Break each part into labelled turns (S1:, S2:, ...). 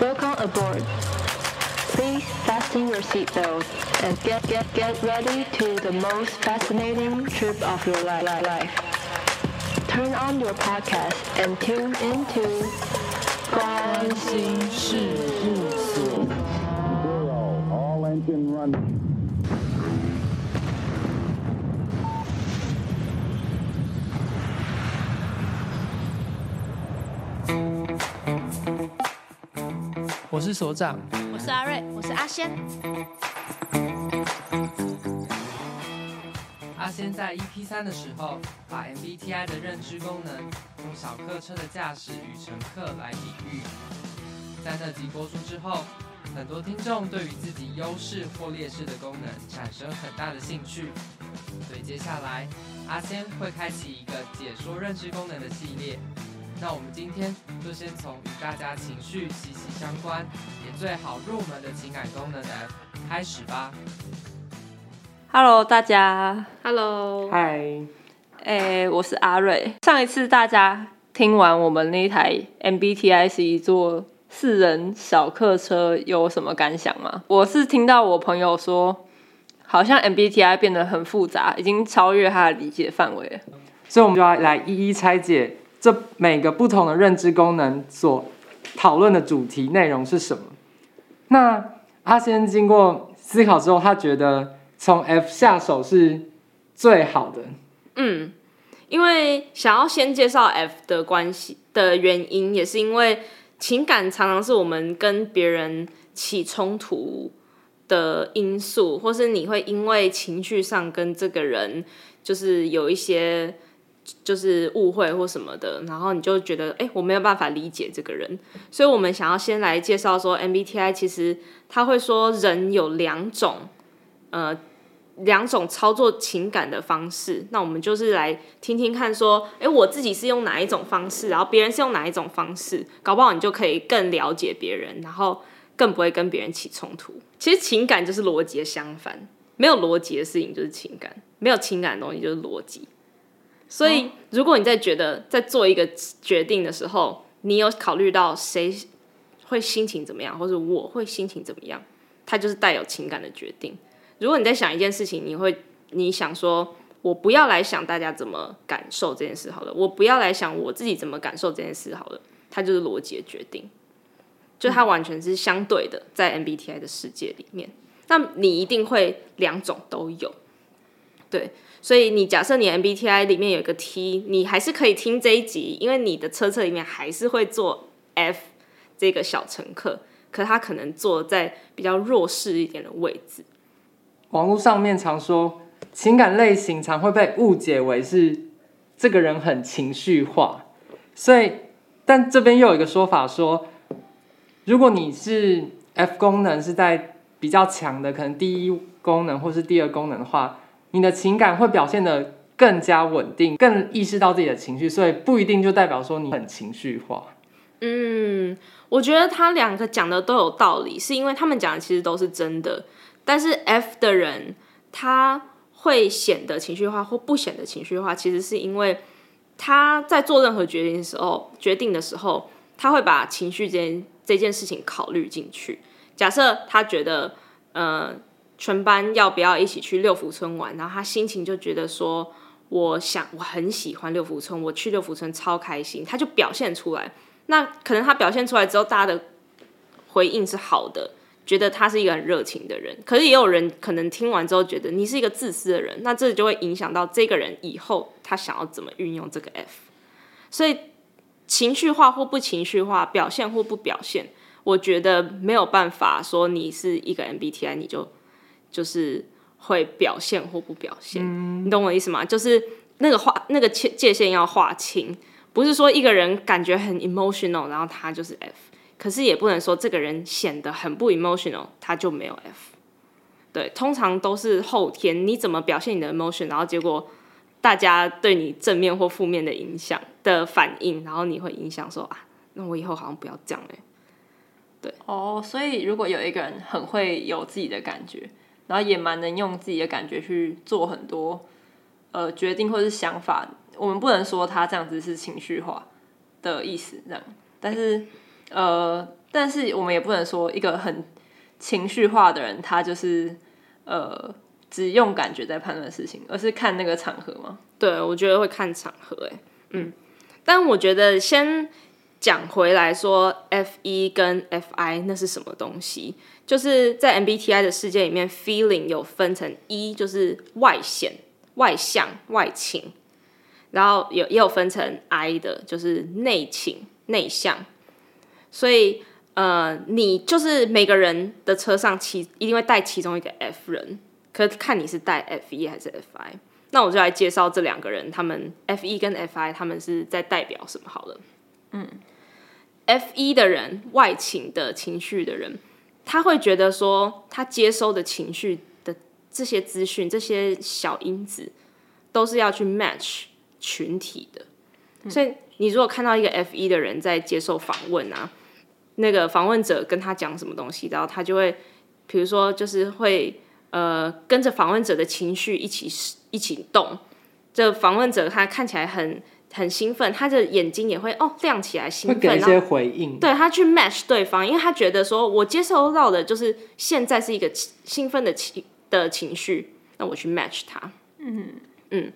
S1: Welcome aboard. Please fasten your seatbelt and get get get ready to the most fascinating trip of your li- li- life. Turn on your podcast and tune into Gone
S2: Zero, all engine running.
S3: 我是所长，
S4: 我是阿瑞，我是阿仙。
S3: 阿仙在 EP 三的时候，把 MBTI 的认知功能用小客车的驾驶与乘客来比喻。在那集播出之后，很多听众对于自己优势或劣势的功能产生很大的兴趣，所以接下来阿仙会开启一个解说认知功能的系列。那我们今天就先从与大家情绪息息相关，也最好入门的情感功能 F 开始吧。
S5: Hello，大家，
S4: Hello，
S3: 嗨。
S5: 诶、我是阿瑞。上一次大家听完我们那台 MBTI 是一座四人小客车，有什么感想吗？我是听到我朋友说，好像 MBTI 变得很复杂，已经超越他的理解范围了。
S6: 所以我们就要来一一拆解这每个不同的认知功能所讨论的主题内容是什么。那阿仙经过思考之后，他觉得从 F 下手是最好的。
S7: 嗯，因为想要先介绍 F 的关系的原因，也是因为情感常常是我们跟别人起冲突的因素，或是你会因为情绪上跟这个人就是有一些就是误会或什么的，然后你就觉得哎、诶我没有办法理解这个人，所以我们想要先来介绍说 MBTI 其实他会说人有两种，呃，两种操作情感的方式，那我们就是来听听看，说，哎，我自己是用哪一种方式，然后别人是用哪一种方式，搞不好你就可以更了解别人，然后更不会跟别人起冲突。其实情感就是逻辑的相反，没有逻辑的事情就是情感，没有情感的东西就是逻辑。所以，如果你在觉得在做一个决定的时候，你有考虑到谁会心情怎么样，或者我会心情怎么样，它就是带有情感的决定。如果你在想一件事情，你会你想说，我不要来想大家怎么感受这件事好了，我不要来想我自己怎么感受这件事好了，它就是逻辑的决定，就它完全是相对的，在 MBTI 的世界里面，那你一定会两种都有，对，所以你假设你 MBTI 里面有一个 T，你还是可以听这一集，因为你的车车里面还是会做 F 这个小乘客，可他可能坐在比较弱势一点的位置。
S6: 网络上面常说，情感类型常会被误解为是这个人很情绪化，所以，但这边又有一个说法说，如果你是 F 功能是在比较强的，可能第一功能或是第二功能的话，你的情感会表现的更加稳定，更意识到自己的情绪，所以不一定就代表说你很情绪化。
S7: 嗯，我觉得他两个讲的都有道理，是因为他们讲的其实都是真的。但是 F 的人他会显得情绪化或不显得情绪化，其实是因为他在做任何决定的时候，决定的时候，他会把情绪这件这件事情考虑进去。假设他觉得，呃，全班要不要一起去六福村玩，啊然后他心情就觉得说，我想我很喜欢六福村，我去六福村超开心，他就表现出来。那可能他表现出来之后，大家的回应是好的，觉得他是一个很热情的人。可是也有人可能听完之后觉得你是一个自私的人，那这就会影响到这个人以后他想要怎么运用这个 F。所以情绪化或不情绪化，表现或不表现，我觉得没有办法说你是一个 MBTI 你就就是会表现或不表现，你懂我的意思吗？就是那个划那个界界限要划清。不是说一个人感觉很 emotional，然后他就是 F，可是也不能说这个人显得很不 emotional，他就没有 F。对，通常都是后天你怎么表现你的 emotion，然后结果大家对你正面或负面的影响的反应，然后你会影响说啊，那我以后好像不要这样了。欸
S5: 哦，所以如果有一个人很会有自己的感觉，然后也蛮能用自己的感觉去做很多呃决定或是想法，我们不能说他这样子是情绪化的意思，这样，但是呃，但是我们也不能说一个很情绪化的人，他就是呃只用感觉在判断事情，而是看那个场合嘛。
S7: 对，我觉得会看场合、欸，哎，嗯，但我觉得先讲回来说，F 一跟 F I 那是什么东西？就是在 MBTI 的世界里面，feeling 有分成一、就是外显、外向、外倾，然后有也有分成 I 的，就是内倾、内向。所以，呃，你就是每个人的车上其一定会带其中一个 F 人，可是看你是带 F 一还是 F I。那我就来介绍这两个人，他们 F 一跟 F I 他们是在代表什么好了。嗯，F 一的人外倾的情绪的人，他会觉得说他接收的情绪的这些资讯、这些小因子，都是要去 match 群体的。
S6: 嗯
S7: 所以你如果看到一个 F 一的人在接受访问啊，那个访问者跟他讲什么东西，然后他就会，比如说就是会呃跟着访问者的情绪一起一起动。这访问者他看起来很很兴奋，他的眼睛也会哦亮起来，兴
S6: 会
S7: 奋，
S6: 给一
S7: 然后
S6: 些回
S5: 嗯
S6: 应。
S7: 对他去 match 对方，因为他觉得说，我接受到的就是现在是一个起兴奋的情的情绪，那我去 match 他。嗯嗯，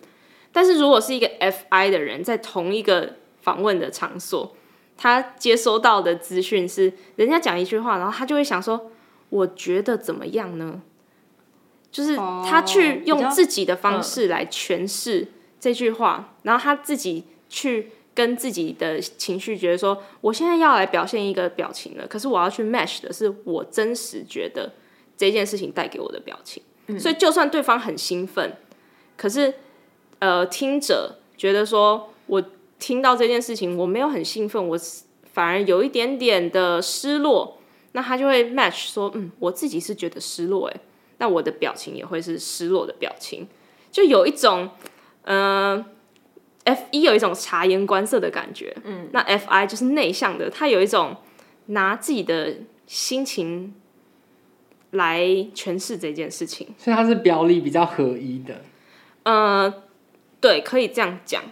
S7: 但是如果是一个 FI 的人，在同一个访问的场所，他接收到的资讯是人家讲一句话，然后他就会想说，我觉得怎么样呢？就是他去
S5: 哦比
S7: 用
S5: 较嗯
S7: 自己的方式来诠释这句话，然后他自己去跟自己的情绪，觉得说我现在要来表现一个表情了，可是我要去 match 的是我真实觉得这件事情带给我的表情。所以就算对方很兴奋，可是呃，听者觉得说我听到这件事情我没有很兴奋，我反而有一点点的失落，那他就会 match 说，嗯，我自己是觉得失落，诶，那我的表情也会是失落的表情，就有一种，嗯、f 一有一种察言观色的感觉，嗯，那 F I 就是内向的，他有一种拿自己的心情来诠释这件事情，
S6: 所以它是表里比较合一的。
S7: 呃，对，可以这样讲，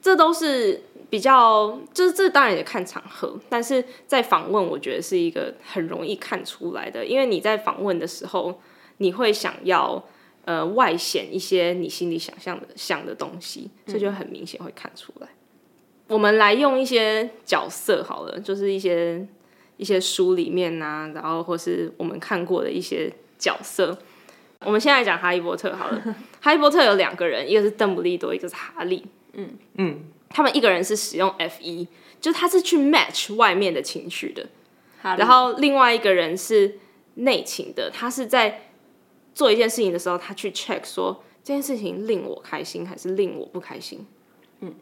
S7: 这都是比较，就是这当然也看场合，但是在访问，我觉得是一个很容易看出来的，因为你在访问的时候，你会想要呃外显一些你心里想象的想的东西，所以就很明显会看出来。我们来用一些角色好了，就是一些一些书里面啊，然后或是我们看过的一些角色。我们现在讲哈利波特好了，哈利波特有两个人，一个是邓布利多，一个是哈利。
S6: 嗯，
S7: 他们一个人是使用 F 一，就是他是去 match 外面的情绪的，
S5: 哈利
S7: 然后另外一个人是内情的，他是在做一件事情的时候，他去 check 说这件事情令我开心还是令我不开心。嗯，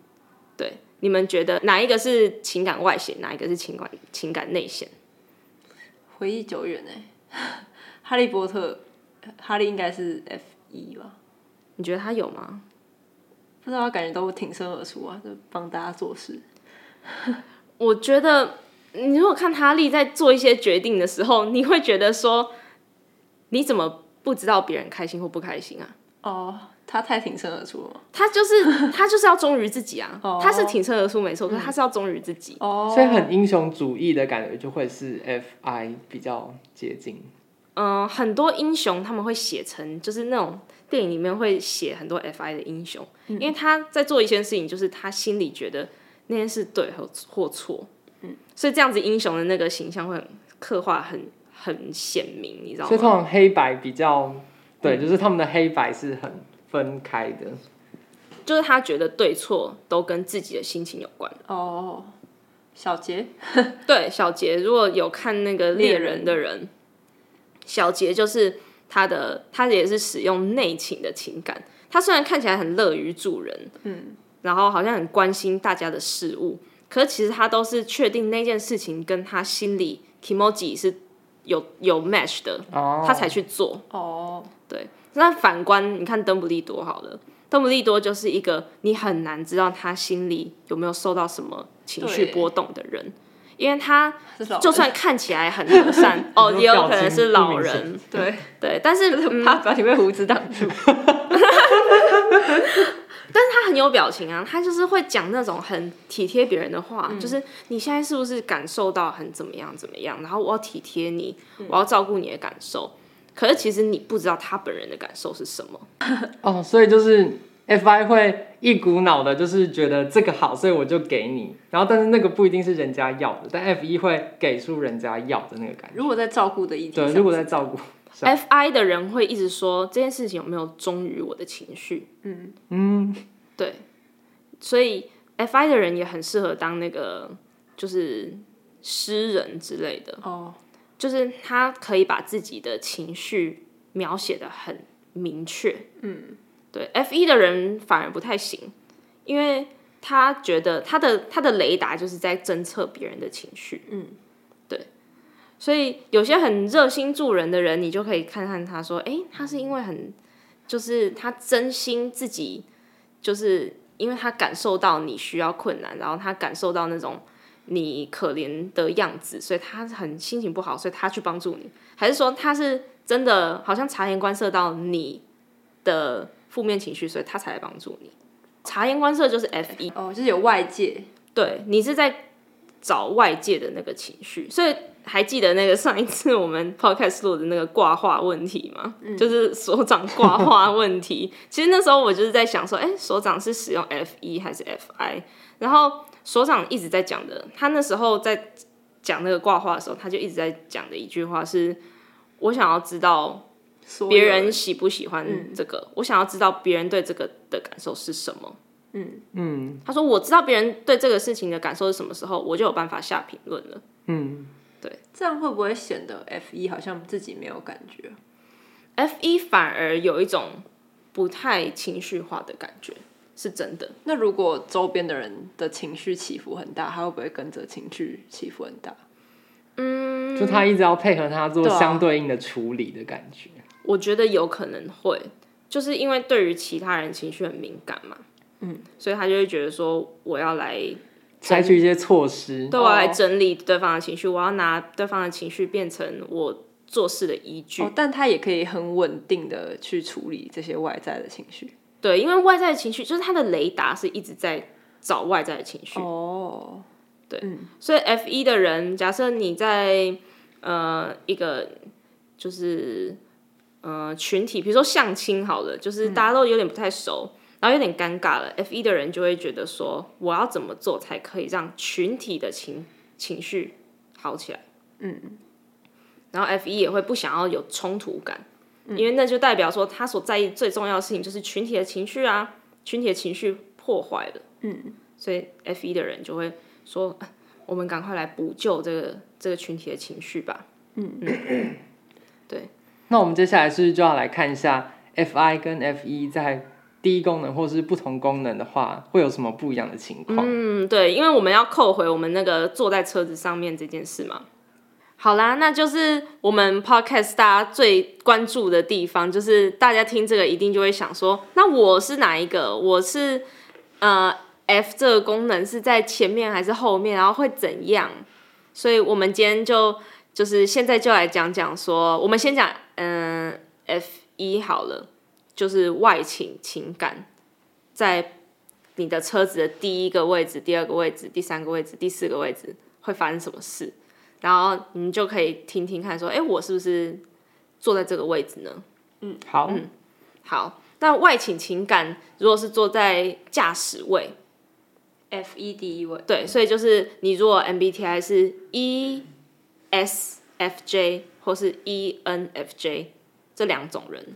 S7: 对，你们觉得哪一个是情感外显，哪一个是情感情感内显？
S5: 回忆久远哎、 哈利波特，哈利应该是 F 一吧？
S7: 你觉得他有吗？
S5: 不知道，感觉都挺身而出啊，就帮大家做事。
S7: 我觉得你如果看哈利在做一些决定的时候，你会觉得说，你怎么不知道别人开心或不开心啊？
S5: 哦，他太挺身而出了嘛。
S7: 他就是 他就是要忠于自己啊，
S5: 哦嗯
S7: 他是挺身而出没错，可是他是要忠于自己。
S5: 哦
S6: 所以很英雄主义的感觉就会是 F I 比较接近。
S7: 嗯、很多英雄他们会写成就是那种电影里面会写很多 FI 的英雄，
S5: 嗯
S7: 因为他在做一件事情，就是他心里觉得那件事对和或错，嗯，所以这样子英雄的那个形象会很刻画很很显明，你知道
S6: 所以
S7: 吗？
S6: 通常黑白比较，对，就是他们的黑白是很分开的。
S7: 就是他觉得对错都跟自己的心情有关。
S5: 哦，小杰
S7: 对，小杰如果有看那个猎人的人，小杰就是他的，他也是使用内情的情感。他虽然看起来很乐于助人，嗯，然后好像很关心大家的事物，可是其实他都是确定那件事情跟他心里 k i m o j i 是有有 match 的，
S6: 哦，
S7: 他才去做。
S5: 哦，
S7: 对，那反观你看邓布利多好了，邓布利多就是一个你很难知道他心里有没有受到什么情绪
S5: 对
S7: 波动的人，因为他
S5: 是老人
S7: 就算看起来很 和善，哦，
S6: 你说
S7: 也有
S6: 表
S7: 可能
S6: 情
S7: 是
S6: 不
S7: 老
S6: 明显
S7: 人，
S5: 对，
S7: 对，但是、嗯、
S5: 他把你被胡子挡住。
S7: 但是他很有表情啊，他就是会讲那种很体贴别人的话，就是你现在是不是感受到很怎么样怎么样，然后我要体贴你，我要照顾你的感受。可是其实你不知道他本人的感受是什么，
S6: 哦，所以就是 FI 会一股脑的，就是觉得这个好，所以我就给你。然后，但是那个不一定是人家要的，但 F 一会给出人家要的那个感觉。
S5: 如果在照顾的议题
S6: 对，
S5: 上，
S6: 如果在照顾，对
S7: F I 的人会一直说这件事情有没有忠于我的情绪，
S6: 嗯，
S7: 对，所以 F I 的人也很适合当那个就是诗人之类的，
S5: 哦，
S7: 就是他可以把自己的情绪描写的很明确，嗯，对，F 一的人反而不太行，因为他觉得他的他的雷达就是在侦测别人的情绪，嗯，对，所以有些很热心助人的人，你就可以看看他说，诶，他是因为很就是他真心自己，就是因为他感受到你需要困难，然后他感受到那种你可怜的样子，所以他很心情不好，所以他去帮助你，还是说他是真的好像察言观色到你的负面情绪，所以他才来帮助你？察言观色就是 F E 一，
S5: 哦，就是有外界，
S7: 对你是在找外界的那个情绪，所以还记得那个上一次我们 podcast 录的那个挂画问题吗？就是所长挂画问题。 其实那时候我就是在想说，哎、所长是使用 F 一还是 F I？然后所长一直在讲的，他那时候在讲那个挂画的时候，他就一直在讲的一句话是：我想要知道
S5: 所有
S7: 别人喜不喜欢
S5: 嗯
S7: 这个，我想要知道别人对这个的感受是什么。
S6: 嗯
S7: 他说：“我知道别人对这个事情的感受是什么时候，我就有办法下评论了。
S6: 嗯，
S5: 这样会不会显得 F 一好像自己没有感觉？
S7: ”F 一反而有一种不太情绪化的感觉，是真的。
S5: 那如果周边的人的情绪起伏很大，他会不会跟着情绪起伏很大？
S7: 嗯，
S6: 就他一直要配合他做
S5: 对啊
S6: 相对应的处理的感觉。
S7: 我觉得有可能会，就是因为对于其他人情绪很敏感嘛，嗯，所以他就会觉得说，我要来，
S6: 采取一些措施，
S7: 对我要来
S5: 哦
S7: 整理对方的情绪，我要拿对方的情绪变成我做事的依据。
S5: 哦，但他也可以很稳定的去处理这些外在的情绪。
S7: 对，因为外在的情绪，就是他的雷达是一直在找外在的情绪。
S5: 哦，
S7: 所以 F 一的人，假设你在呃一个就是呃群体，比如说相亲好了，就是大家都有点不太熟，然后有点尴尬了，F 一的人就会觉得说，我要怎么做才可以让群体的情情绪好起来？嗯，然后 F 一也会不想要有冲突感，因为那就代表说他所在意最重要的事情就是群体的情绪啊，群体的情绪破坏了，嗯，所以 F 一的人就会说。我们赶快来补救这个这个群体的情绪吧。
S6: 那我们接下来是不是就要来看一下 FI 跟 F1 在第一功能或是不同功能的话，会有什么不一样的情况？
S7: 嗯，对，因为我们要扣回我们那个坐在车子上面这件事嘛。好啦，那就是我们 podcast 大家最关注的地方，就是大家听这个一定就会想说，那我是哪一个？我是呃 F 这个功能是在前面还是后面？然后会怎样？所以我们今天就就是现在就来讲讲说，我们先讲嗯、F 一好了，就是外倾情感在你的车子的第一个位置、第二个位置、第三个位置、第四个位置会发生什么事，然后你就可以听听看，说，哎，我是不是坐在这个位置呢？
S6: 好，
S8: 嗯
S7: 好，那外倾情感如果是坐在驾驶位，
S5: F 一第一位，
S7: 对，所以就是你如果 MBTI 是 E S F J 或是 E N F J 这两种人，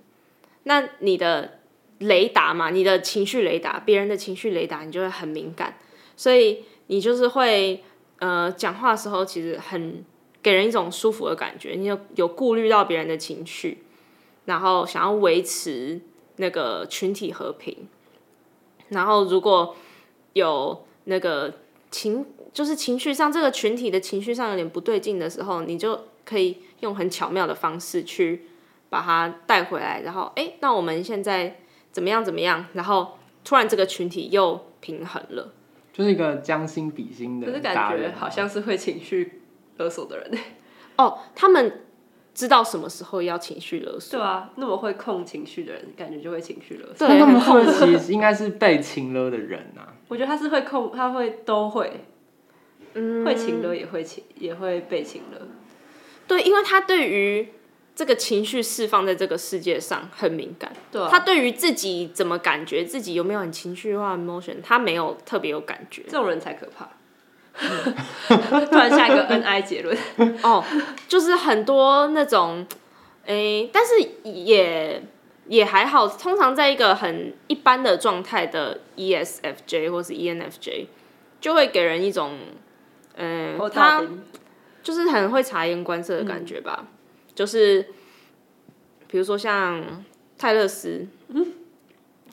S7: 那你的雷达嘛，你的情绪雷达，别人的情绪雷达，你就会很敏感，所以你就是会呃讲话的时候，其实很给人一种舒服的感觉，你有有顾虑到别人的情绪，然后想要维持那个群体和平，然后如果有那个情，就是情绪上这个群体的情绪上有点不对劲的时候，你就可以用很巧妙的方式去把它带回来，然后哎，诶那我们现在怎么样怎么样，然后突然这个群体又平衡了。
S6: 就是一个将心比心
S7: 啊
S5: 可
S6: 的
S5: 是
S6: 达
S5: 感觉
S6: 人，
S5: 好像是会情绪勒索的人。
S7: 哦，他们知道什么时候要情绪勒索。
S8: 对啊，那么会控情绪的人，感觉就会情绪勒索。
S6: 那
S7: 对，
S6: 他们
S7: 很
S6: 会
S7: 恐
S6: 不
S7: 怖
S6: 会其实应该是被情勒的人 啊？
S8: 我觉得他是会控，他会都会，
S7: 嗯
S8: 会情勒也会情，也会被情勒。
S7: 对，因为他对于这个情绪释放在这个世界上很敏感，
S8: 对啊
S7: 他对于自己怎么感觉，自己有没有很情绪化 emotion，他没有特别有感觉
S8: 这。种人才可怕。 突然下一个 N I 结论，
S7: 哦，就是很多那种，诶、但是也也还好。通常在一个很一般的状态的 E ESFJ 或是 E ENFJ，就会给人一种，嗯、
S8: 我哦
S7: 他
S8: 大丁
S7: 就是很会察言观色的感觉吧。就是比如说像泰勒斯，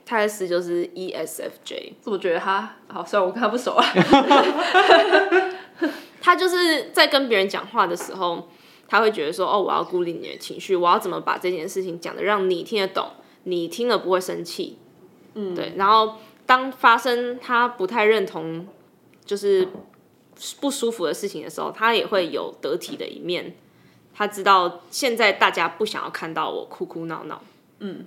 S7: 泰勒斯就是 E ESFJ，
S8: 怎么觉得他好？虽然我跟他不熟啊，
S7: 他就是在跟别人讲话的时候，他会觉得说：“哦，我要孤立你的情绪，我要怎么把这件事情讲的让你听得懂，你听了不会生气。”嗯，对。然后当发生他不太认同，就是不舒服的事情的时候，他也会有得体的一面。他知道现在大家不想要看到我哭哭闹闹，
S8: 嗯，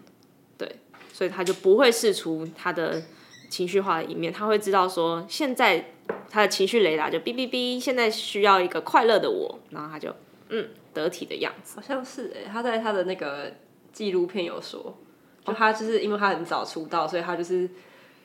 S7: 对，所以他就不会试出他的情绪化的一面，他会知道说现在他的情绪雷达就哔哔哔，现在需要一个快乐的我，然后他就嗯得体的样子。
S8: 好像是哎、他在他的那个纪录片有说，就他就是因为他很早出道，所以他就是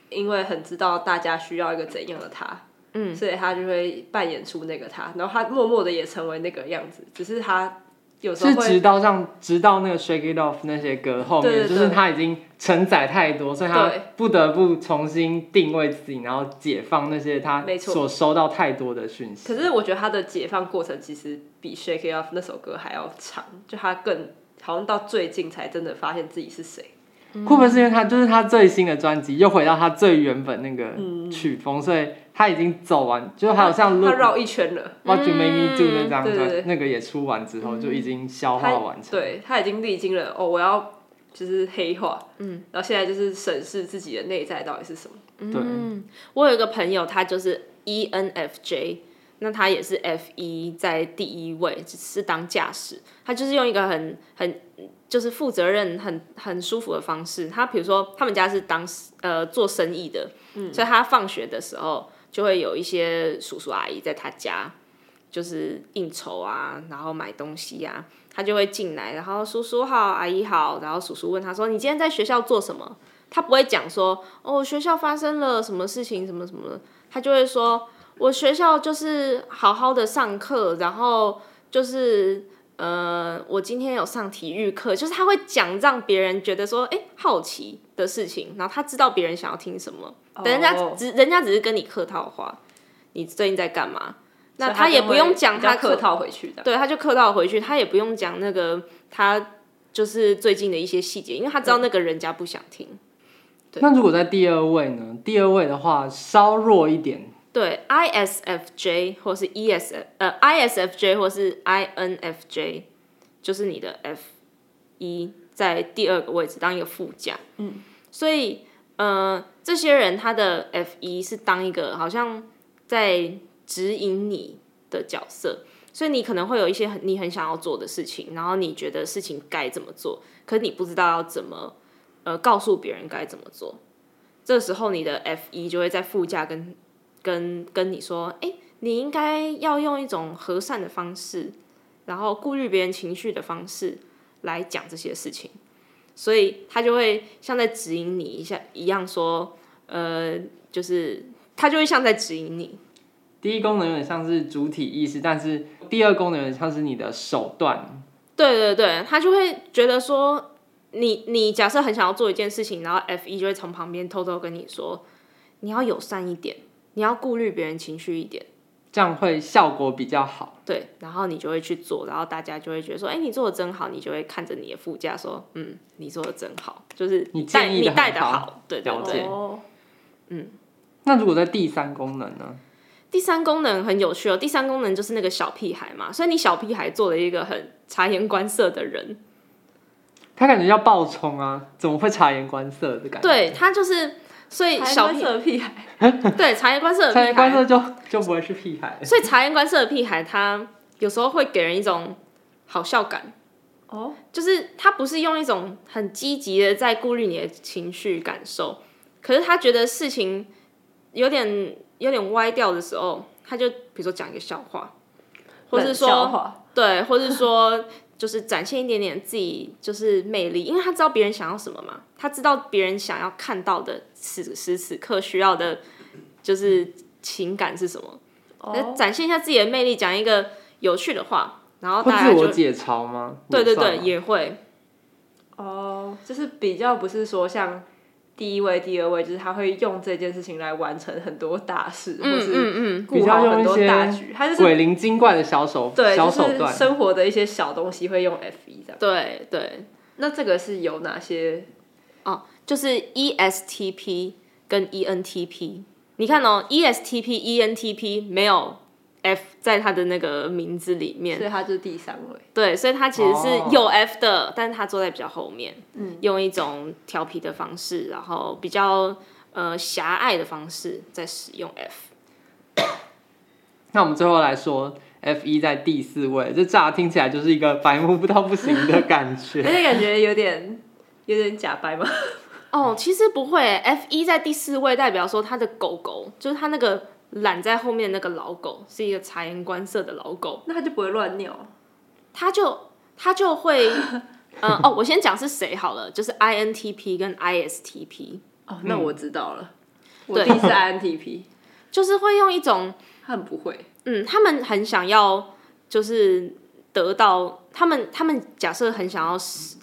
S8: 因为很知道大家需要一个怎样的他，
S7: 嗯
S8: 所以他就会扮演出那个他，然后他默默的也成为那个样子，只是他有时候
S6: 是直
S8: 会
S6: 到让直到那个 Shake It Off 那些歌后面，
S8: 对对对
S6: 就是他已经承载太多，所以他
S8: 对
S6: 不得不重新定位自己，然后解放那些他
S8: 没错
S6: 所收到太多的讯息。
S8: 可是我觉得他的解放过程其实比《Shake It Off》那首歌还要长，就他更好像到最近才真的发现自己是谁。
S6: 会不会是因为他就是他最新的专辑又回到他最原本那个曲风，所以他已经走完，就是还有像
S8: 嗯他
S6: Look
S8: 绕一圈了，
S6: What You Made Me Do 那张
S8: 对对对
S6: 专那个也出完之后就已经消
S8: 他
S6: 化完成。
S8: 对他已经历经了哦，我要就是黑化，嗯，然后现在就是审视自己的内在到底是什么。
S6: 对，
S8: 嗯
S7: 我有一个朋友，他就是 E ENFJ，那他也是 F 一在第一位，只是当驾驶，他就是用一个很很就是负责任、很很舒服的方式。他比如说他们家是当呃做生意的，所以他放学的时候就会有一些叔叔阿姨在他家，就是应酬啊，然后买东西啊。他就会进来，然后叔叔好，阿姨好，然后叔叔问他说：“你今天在学校做什么？”他不会讲说哦，学校发生了什么事情，什么什么的，他就会说，我学校就是好好的上课，然后就是呃，我今天有上体育课，就是他会讲让别人觉得说，哎、好奇的事情，然后他知道别人想要听什么，但人家
S8: 哦
S7: 只人家只是跟你客套话，你最近在干嘛？那
S8: 所以
S7: 他也不用讲
S8: 就会
S7: 他
S8: 比较客套回去的。
S7: 对，他就客套回去，他也不用讲那个他就是最近的一些细节，因为他知道那个人家不想听。
S6: 那如果在第二位呢？第二位的话稍弱一点，
S7: 对，ISFJ 或是 ES 呃 ISFJ 或是 INFJ，就是你的 F 一在第二个位置当一个副驾。嗯，所以呃，这些人他的 F 一是当一个好像在指引你的角色，所以你可能会有一些很你很想要做的事情，然后你觉得事情该怎么做，可是你不知道要怎么呃告诉别人该怎么做。这时候你的 F 一就会在副驾跟跟跟你说，哎、你应该要用一种和善的方式，然后顾虑别人情绪的方式来讲这些事情，所以他就会像在指引你一下一样说，呃，就是他就会像在指引你，
S6: 第一功能有点像是主体意识，但是第二功能有点像是你的手段。
S7: 对对对，他就会觉得说，你你假设很想要做一件事情，然后 F 一就会从旁边偷偷跟你说，你要友善一点，你要顾虑别人情绪一点。
S6: 这样会效果比较好，
S7: 对，然后你就会去做，然后大家就会觉得说，哎，你做的真好，你就会看着你的副驾说，嗯，你做的真好，就是
S6: 你
S7: 带
S6: 建议
S7: 你
S6: 得很
S7: 带的
S6: 好
S7: 好，对对
S6: 了
S7: 对
S6: 解。
S8: 哦，
S6: 那如果在第三功能呢？
S7: 第三功能很有趣哦，第三功能就是那个小屁孩嘛，所以你小屁孩做了一个很察言观色的人，
S6: 他感觉要爆冲啊，怎么会察言观色的感觉？，
S7: 对他就是，所以小
S8: 还
S7: 屁
S8: 色屁孩，
S7: 对察言观色的
S6: 察
S7: 屁
S6: 言观色
S7: 孩，
S6: 就就不会是屁孩。
S7: 所以察言观色的屁孩，他有时候会给人一种好笑感，
S8: 哦，
S7: 就是他不是用一种很积极的在顾虑你的情绪感受，可是他觉得事情有点有点歪掉的时候，他就比如说讲一个笑话，或是
S5: 冷笑
S7: 说
S5: 话
S7: 对，或是说就是展现一点点自己就是魅力，因为他知道别人想要什么嘛，他知道别人想要看到的此时此刻需要的，就是情感是什么，
S8: 哦
S7: 展现一下自己的魅力，讲一个有趣的话，然后
S6: 会
S7: 大
S6: 自
S7: 家
S6: 我
S7: 就
S6: 解嘲吗？
S7: 对对
S6: 也算
S7: 对
S6: 吗
S7: 也会。
S8: 哦，就是比较不是说像第一位、第二位，就是他会用这件事情来完成很多大事，或是
S7: 嗯嗯
S8: 顾好很多大局，他就是
S6: 鬼灵精怪的小手
S8: 对，
S6: 小
S8: 就
S6: 手
S8: 是
S6: 段。
S8: 生活的一些小东西会用 F 一这样。
S7: 对对，哦
S8: 那这个是有哪些？
S7: 就是 E ESTP 跟 E ENTP。你看哦，ESTP、ENTP 没有 F 在它的那个名字里
S8: 所以
S7: 面，
S8: 他就是第三位。
S7: 对，所以它其实是
S6: 哦
S7: 有 F 的，但是它坐在比较后面，用一种调皮的方式，然后比较呃狭隘的方式在使用 F。
S6: 那我们最后来说，F 一在第四位，这乍听起来就是一个白目不到不行的感
S8: 而
S6: 觉。
S8: 且感觉有点有点假掰嘛。
S7: 哦，其实不会，F 一在第四位代表说它的狗狗，就是它那个懒在后面的那个老狗，是一个察言观色的老狗。
S8: 那他就不会乱尿。
S7: 他就他就会， 嗯哦，我先讲是谁好了，就是 INTP 跟 ISTP，
S8: 哦，那我知道了。我
S7: 对
S8: 第一次 INTP，
S7: 就是会用一种，
S8: 他很不会。
S7: 嗯，他们很想要就是得到，他们他们假设很想要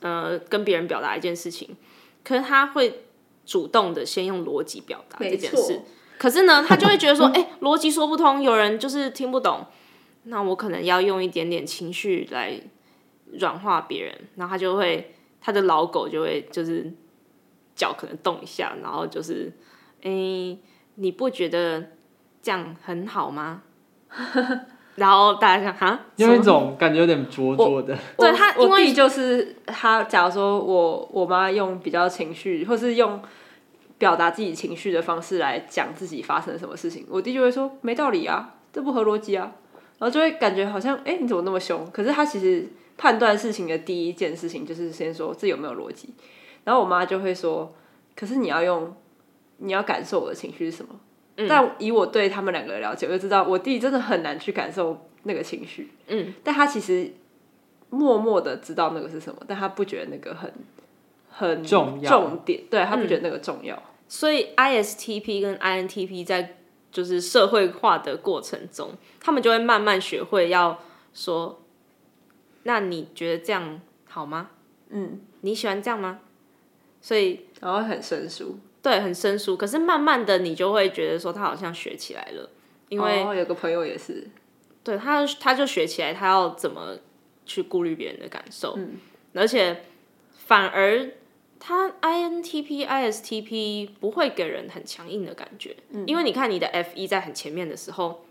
S7: 呃跟别人表达一件事情，可是他会主动的先用逻辑表达
S8: 啊
S7: 这件事，可是呢，他就会觉得说， 哎、逻辑说不通，有人就是听不懂，那我可能要用一点点情绪来软化别人，然后他就会他的老狗就会就是脚可能动一下，然后就是，哎、你不觉得这样很好吗？ 然后大家想哈，
S6: 有一种感觉有点灼灼的，
S7: 对
S8: 我
S7: 他因
S8: 我
S7: 为
S8: 弟就是他，假如说我我妈用比较情绪，或是用表达自己情绪的方式来讲自己发生了什么事情，我弟就会说没道理啊，这不合逻辑啊，然后就会感觉好像哎、诶你怎么那么凶？可是他其实判断事情的第一件事情就是先说这有没有逻辑，然后我妈就会说，可是你要用你要感受我的情绪是什么。但以我对他们两个的了解，我就知道我弟真的很难去感受那个情绪，
S7: 嗯，
S8: 但他其实默默的知道那个是什么，但他不觉得那个很很
S6: 重要
S8: 重点，对他不觉得那个重要。
S7: 所以 ISTP 跟 INTP 在就是社会化的过程中，他们就会慢慢学会要说，那你觉得这样好吗？
S8: 嗯，
S7: 你喜欢这样吗？所以
S8: 然后很生疏，
S7: 对，很生疏。可是慢慢的，你就会觉得说，他好像学起来了，因为、
S8: 哦、有个朋友也是，
S7: 对他，他就学起来，他要怎么去顾虑别人的感受，
S8: 嗯
S7: 而且反而他 INTP、ISTP 不会给人很强硬的感觉，
S8: 嗯
S7: 因为你看你的 F 一在很前面的时候，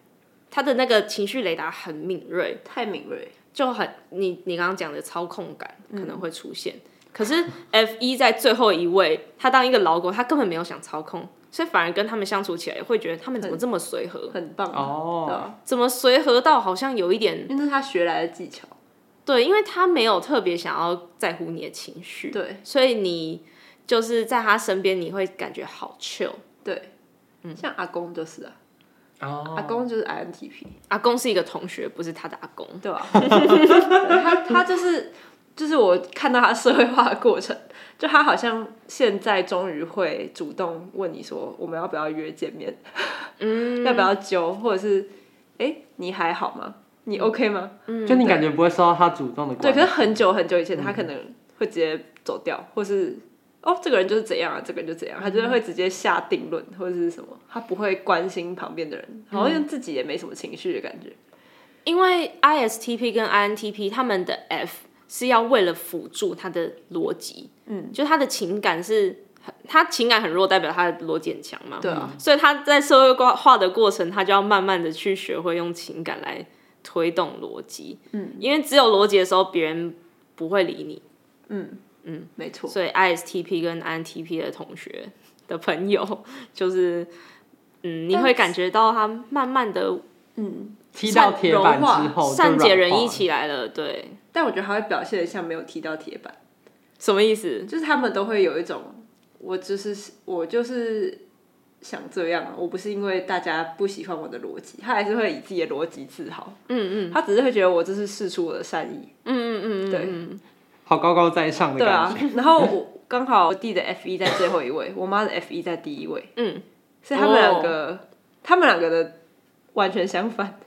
S7: 他的那个情绪雷达很敏锐，
S8: 太敏锐，
S7: 就很你你刚刚讲的操控感可
S8: 嗯
S7: 能会出现。可是 F 一在最后一位，他当一个老狗，他根本没有想操控，所以反而跟他们相处起来会觉得他们怎么这么随和，
S8: 很棒
S6: 哦
S8: 对啊
S7: 怎么随和到好像有一点
S8: 因为那是他学来的技巧。
S7: 对，因为他没有特别想要在乎你的情绪，
S8: 对
S7: 所以你就是在他身边，你会感觉好 chill。
S8: 对，像阿公就是啊，
S6: 哦
S8: 阿公就是 INTP，
S7: 阿公是一个同学，不是他的阿公。
S8: 对吧、对 他他就是就是我看到他社会化的过程，就他好像现在终于会主动问你说我们要不要约见面，
S7: 嗯，
S8: 要不要揪，或者是哎、诶你还好吗？你 OK 吗？
S6: 就你感觉不会受到他主动的
S8: 嗯对，
S6: 关
S8: 可
S6: 系
S8: 是。很久很久以前，他可能会直接走掉，或是哦这个人就是怎样啊，这个人就怎样，他就是会直接下定论或者是什么，他不会关心旁边的人，好像自己也没什么情绪的感觉。
S7: 因为 ISTP 跟 INTP 他们的 F 是要为了辅助他的逻辑，
S8: 嗯，
S7: 就他的情感是很，他情感很弱，代表他的逻辑很强嘛。
S8: 对啊，
S7: 所以他在社会化的过程，他就要慢慢的去学会用情感来推动逻辑。
S8: 嗯，
S7: 因为只有逻辑的时候，别人不会理你。
S8: 嗯嗯，没错。
S7: 所以 ISTP 跟 INTP 的同学的朋友，就是嗯，你
S8: 但
S7: 会感觉到他慢慢的
S8: 嗯，
S6: 踢到铁板
S8: 柔化
S6: 之后就
S7: 善解
S6: 软
S7: 人
S6: 化
S7: 意
S6: 了
S7: 起来了，对，
S8: 但我觉得他会表现得像没有踢到铁板，
S7: 什么意思？
S8: 就是他们都会有一种，我就是我就是想这样，我不是因为大家不喜欢我的逻辑，他还是会以自己的逻辑自豪，
S7: 嗯嗯
S8: 他只是会觉得我这是试出我的善意，
S7: 嗯嗯嗯，
S8: 对
S7: 嗯
S6: 好高高在上的
S8: 对
S6: 感
S8: 啊
S6: 觉。。
S8: 然后我刚好我弟的 F 一在最后一位，我妈的 F 一在第一位，
S7: 嗯，
S8: 所以他们两个，
S7: 哦
S8: 他们两个的完全相反。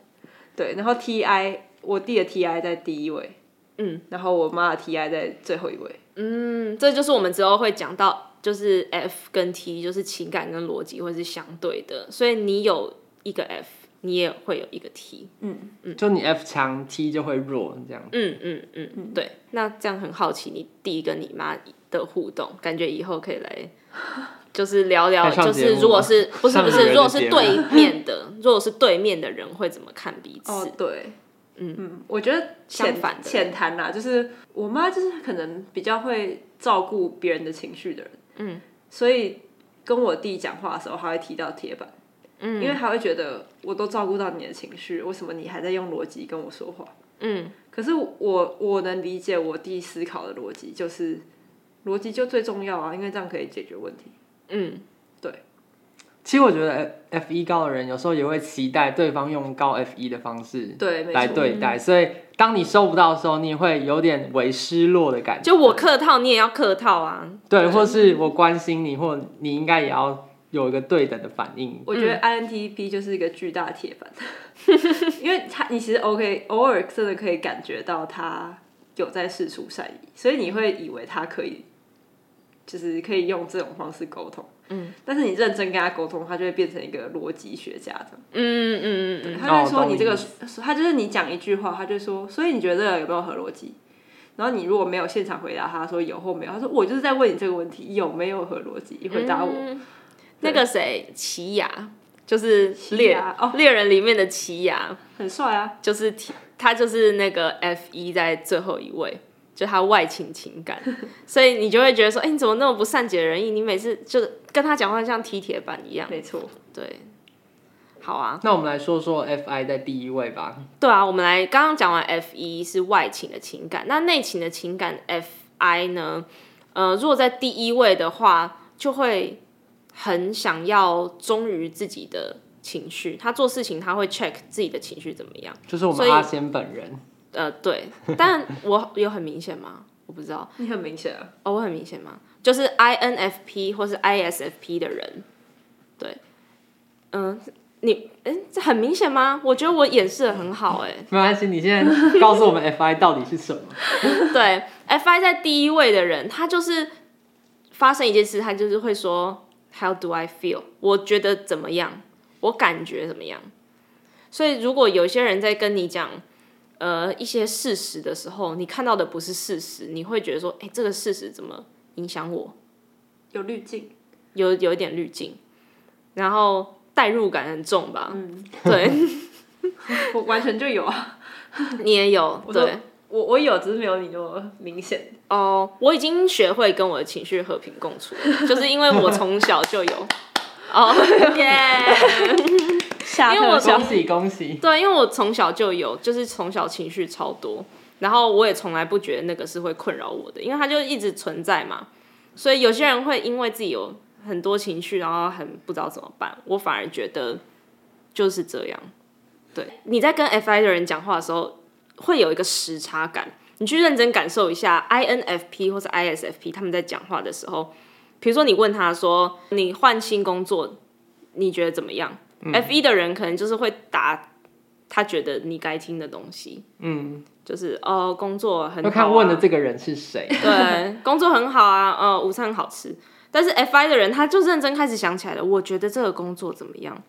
S8: 对，然后 TI 我弟的 TI 在第一位，
S7: 嗯，
S8: 然后我妈的 TI 在最后一位。
S7: 嗯，这就是我们之后会讲到，就是 F 跟 T，就是情感跟逻辑会是相对的，所以你有一个 F，你也会有一个 T。
S8: 嗯
S6: 就你 F 强 T 就会弱这样。
S7: 嗯嗯嗯，对。那这样很好奇，你弟跟你妈的互动，感觉以后可以 来，就是聊聊，
S6: 来上
S7: 就
S6: 节
S7: 是
S6: 目吗
S7: 如果是不是
S6: 上
S7: 不
S6: 女人
S7: 是，
S6: 的
S7: 如果
S6: 节
S7: 是
S6: 目
S7: 对面的，如果是对面的人会怎么看彼此？
S8: 哦，对，
S7: 嗯
S8: 嗯，我觉得
S7: 相
S8: 浅
S7: 反的
S8: 浅谈啦，就是我妈就是可能比较会照顾别人的情绪的人，
S7: 嗯，
S8: 所以跟我弟讲话的时候，他会提到铁板。
S7: 嗯
S8: 因为他会觉得我都照顾到你的情绪，为什么你还在用逻辑跟我说话？
S7: 嗯
S8: 可是我我能理解我弟思考的逻辑，就是逻辑就最重要啊，因为这样可以解决问题。
S7: 嗯
S6: 其实我觉得 F 一高的人有时候也会期待对方用高 F 一的方式
S8: 对，没
S6: 来
S8: 错。
S6: 对待，所以当你收不到的时候，你也会有点为失落的感觉。
S7: 就我客套，你也要客套啊。
S6: 对，或是我关心你，或你应该也要有一个对等的反应。
S8: 我觉得 INTP 就是一个巨大的铁板， 因为他你其实 OK，偶尔真的可以感觉到他有在试出善意，所以你会以为他可以，就是可以用这种方式沟通。
S7: 嗯，
S8: 但是你认真跟他沟通，他就会变成一个逻辑学家这样。
S7: 嗯嗯嗯嗯
S8: 他就
S6: 哦
S8: 说
S6: 懂
S8: 你
S6: 你
S8: 这个
S6: 意，
S8: 他就是你讲一句话，他就说，所以你觉得有没有合逻辑？然后你如果没有现场回答他说有或没有，他说我就是在问你这个问题有没有合逻辑，你回答我。
S7: 嗯那个谁，奇雅，就是
S8: 奇
S7: 猎
S8: 雅哦
S7: 猎人里面的奇雅，
S8: 很帅啊，
S7: 就是他就是那个 F 一在最后一位，就他外倾情感，所以你就会觉得说，哎、你怎么那么不善解人意？你每次就是跟他讲话像踢铁板一样，
S8: 没错，
S7: 对。好啊，
S6: 那我们来说说 FI 在第一位吧。
S7: 对啊，我们来刚刚讲完 F 一是外倾的情感，那内倾的情感 F I 呢？呃，如果在第一位的话，就会很想要忠于自己的情绪，他做事情他会 check 自己的情绪怎么样。
S6: 就是我
S7: 所
S6: 们
S7: 以
S6: 阿仙本人，
S7: 呃，对，但我 有很明显吗？我不知道
S8: 你很明显啊，
S7: 哦，我很明显吗？就是 INFP 或是 ISFP 的人，对，嗯、你，哎、这很明显吗？我觉得我掩饰的很好、诶。
S6: 没关系，你现在告诉我们 FI 到底是什么？
S7: 对，FI 在第一位的人，他就是发生一件事，他就是会说 How do I feel？我觉得怎么样？我感觉怎么样？所以如果有些人在跟你讲呃一些事实的时候，你看到的不是事实，你会觉得说，哎、这个事实怎么影响我？
S8: 有滤镜，
S7: 有有一点滤镜，然后代入感很重吧？嗯，对
S8: 我完全就有啊，
S7: 你也有
S8: 我说
S7: 对。
S8: 我我有，只是没有你那么明显。
S7: 哦，我已经学会跟我的情绪和平共处了，就是因为我从小就有。哦，耶！
S8: 下
S7: 因为我
S6: 恭喜恭喜！
S7: 对，因为我从小就有，就是从小情绪超多，然后我也从来不觉得那个是会困扰我的，因为它就一直存在嘛。所以有些人会因为自己有很多情绪，然后很不知道怎么办。我反而觉得就是这样。对，你在跟 FI 的人讲话的时候，会有一个时差感。你去认真感受一下 INFP 或是 ISFP 他们在讲话的时候，比如说你问他说你换新工作，你觉得怎么样、f 一的人可能就是会答他觉得你该听的东西，
S6: 嗯，
S7: 就是哦工作很好、
S6: 要
S7: 啊，
S6: 看问的这个人是谁。
S7: 对，工作很好啊，呃，午餐很好吃。但是 FI 的人，他就认真开始想起来了，我觉得这个工作怎么样？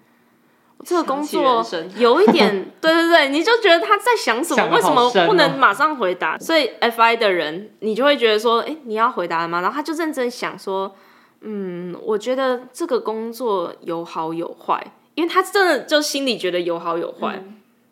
S7: 这个工作
S8: 想起人生
S7: 有一点， 对对对，你就觉得他在想什么？
S6: 想得
S7: 为什
S6: 好
S7: 么
S6: 深
S7: 不
S6: 哦
S7: 能马上回答？所以 FI 的人，你就会觉得说，哎，你要回答了吗？然后他就认真想说，嗯，我觉得这
S6: 嗯
S7: 个工作有好有坏，因为他真的就心里觉得有好有坏。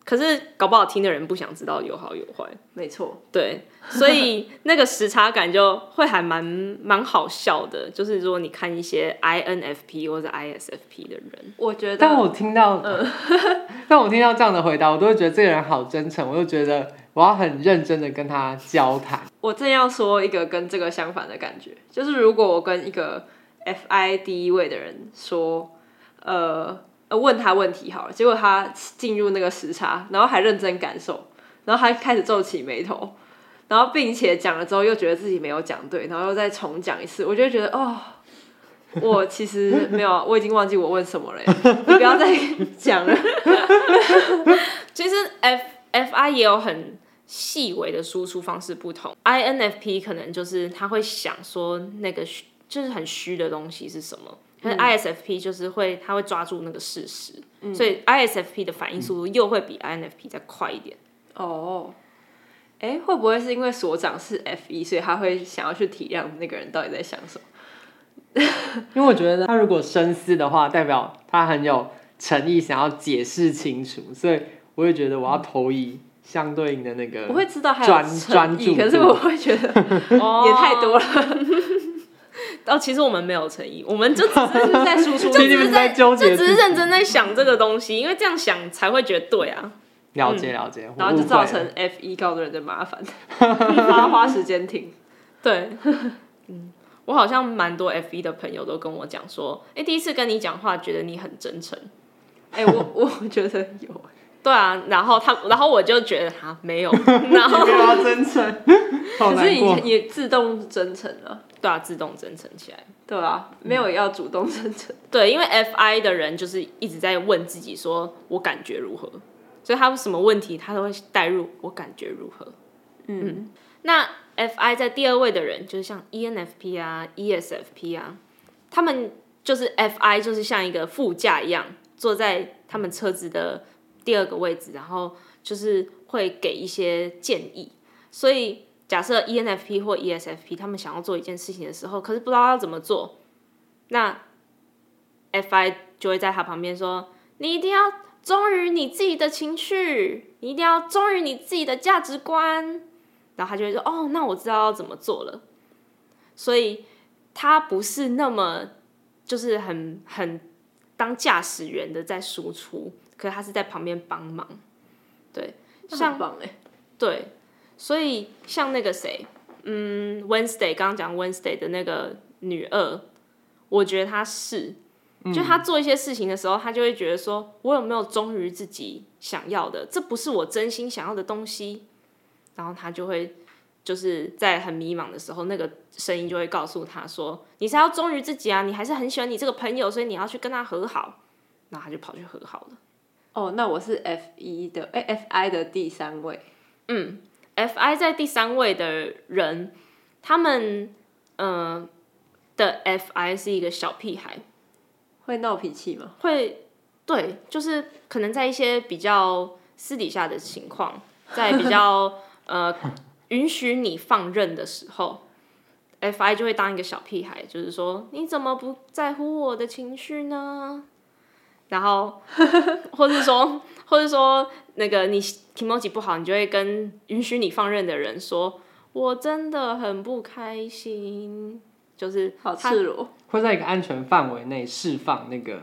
S7: 可是搞不好听的人不想知道有好有坏，
S8: 没错，
S7: 对，所以那个时差感就会还蛮蛮好笑的。就是如果你看一些 INFP 或者 ISFP 的人，
S8: 我觉得。
S6: 但我听到，
S8: 嗯
S6: 但我听到这样的回答，我都会觉得这个人好真诚，我就觉得我要很认真的跟他交谈。
S8: 我正要说一个跟这个相反的感觉，就是如果我跟一个 FI 第一位的人说，呃，呃问他问题好了，结果他进入那个时差，然后还认真感受，然后他开始皱起眉头，然后并且讲了之后又觉得自己没有讲对，然后又再重讲一次，我就会觉得哦。我其实没有啊，我已经忘记我问什么了耶。你不要再讲了。
S7: 其实 F FI 也有很细微的输出方式不同。INFP 可能就是他会想说那个虚就是很虚的东西是什么，可是 ISFP 就是会他会抓住那个事实，所以 ISFP 的反应速度又会比 INFP 再快一点。
S8: 哦，哎，会不会是因为所长是 F 一，所以他会想要去体谅那个人到底在想什么？
S6: 因为我觉得他如果深思的话，代表他很有诚意，想要解释清楚，所以我会觉得我要投以相对应的那个。
S8: 我会知道还
S6: 专
S8: 有诚
S6: 呃专
S8: 意，
S6: 注
S8: 可是
S6: 度
S8: 我会 觉得也
S7: 也
S8: 太多了。
S7: 哦，其实我们没有诚意，我们就只是
S6: 哦
S8: 就是在输 出
S7: 就
S6: 你
S7: 只
S6: 们
S7: 是
S6: 在纠结
S7: 就只
S6: 自
S7: 是
S6: 己
S7: 认真在想这个东西，因为这样想才会觉得对啊。
S6: 了解了解，
S8: 嗯然
S6: 我
S8: 后就
S6: 误会
S8: 造
S6: 了
S8: 成 F 一高的人的麻烦， 他花时间听。
S7: 对，嗯，我好像蛮多 F E 一的朋友都跟我讲说，哎、第一次跟你讲话，觉得你很真诚。
S8: 哎、我我觉得有，
S7: 对啊，然后他，然后我就觉得哈没有，然后
S6: 没有要真诚， 好
S8: 可是
S6: 难
S8: 你
S6: 过。
S8: 你自动真诚了，
S7: 对啊，自动真诚起来。
S8: 对吧？没有要主动真诚，
S7: 对，因为 F I 的人就是一直在问自己说，我感觉如何，所以他什么问题他都会带入我感觉如何。
S8: 嗯，
S7: 那 FI 在第二位的人，就是像 ENFP 啊、ESFP 啊，他们就是 FI 就是像一个副驾一样，坐在他们车子的第二个位置，然后就是会给一些建议。所以假设 E ENFP 或 ESFP 他们想要做一件事情的时候，可是不知道要怎么做，那 FI 就会在他旁边说：“你一定要忠于你自己的情绪，你一定要忠于你自己的价值观。”然后他就会说：“哦，那我知道要怎么做了。”所以他不是那么就是很很当驾驶员的在输出，可是他是在旁边帮忙。对，像
S8: 上榜哎、
S7: 对，所以像那个谁，嗯，Wednesday 刚刚讲 Wednesday 的那个女二，我觉得她是，就她做一些事情的时候，她就会觉得说，我有没有忠于自己想要的？这不是我真心想要的东西，然后她就会。就是在很迷茫的时候，那个声音就会告诉她说：“你是要忠于自己啊，你还是很喜欢你这个朋友，所以你要去跟他和好。”然后她就跑去和好了。
S8: 哦，那我是 F 一的，哎、f i 的第三位，
S7: 嗯，FI 在第三位的人，他们呃的 FI 是一个小屁孩，
S8: 会闹脾气吗？
S7: 会对，就是可能在一些比较私底下的情况，在比 较呃允许你放任的时候。F.I 就会当一个小屁孩，就是说你怎么不在乎我的情绪呢？然后，或是说， 或是说那个你 emoji 不好，你就会跟允许你放任的人说，我真的很不开心，就是
S8: 好
S7: 他
S8: 赤裸，
S6: 会在一个安全范围内释放那个，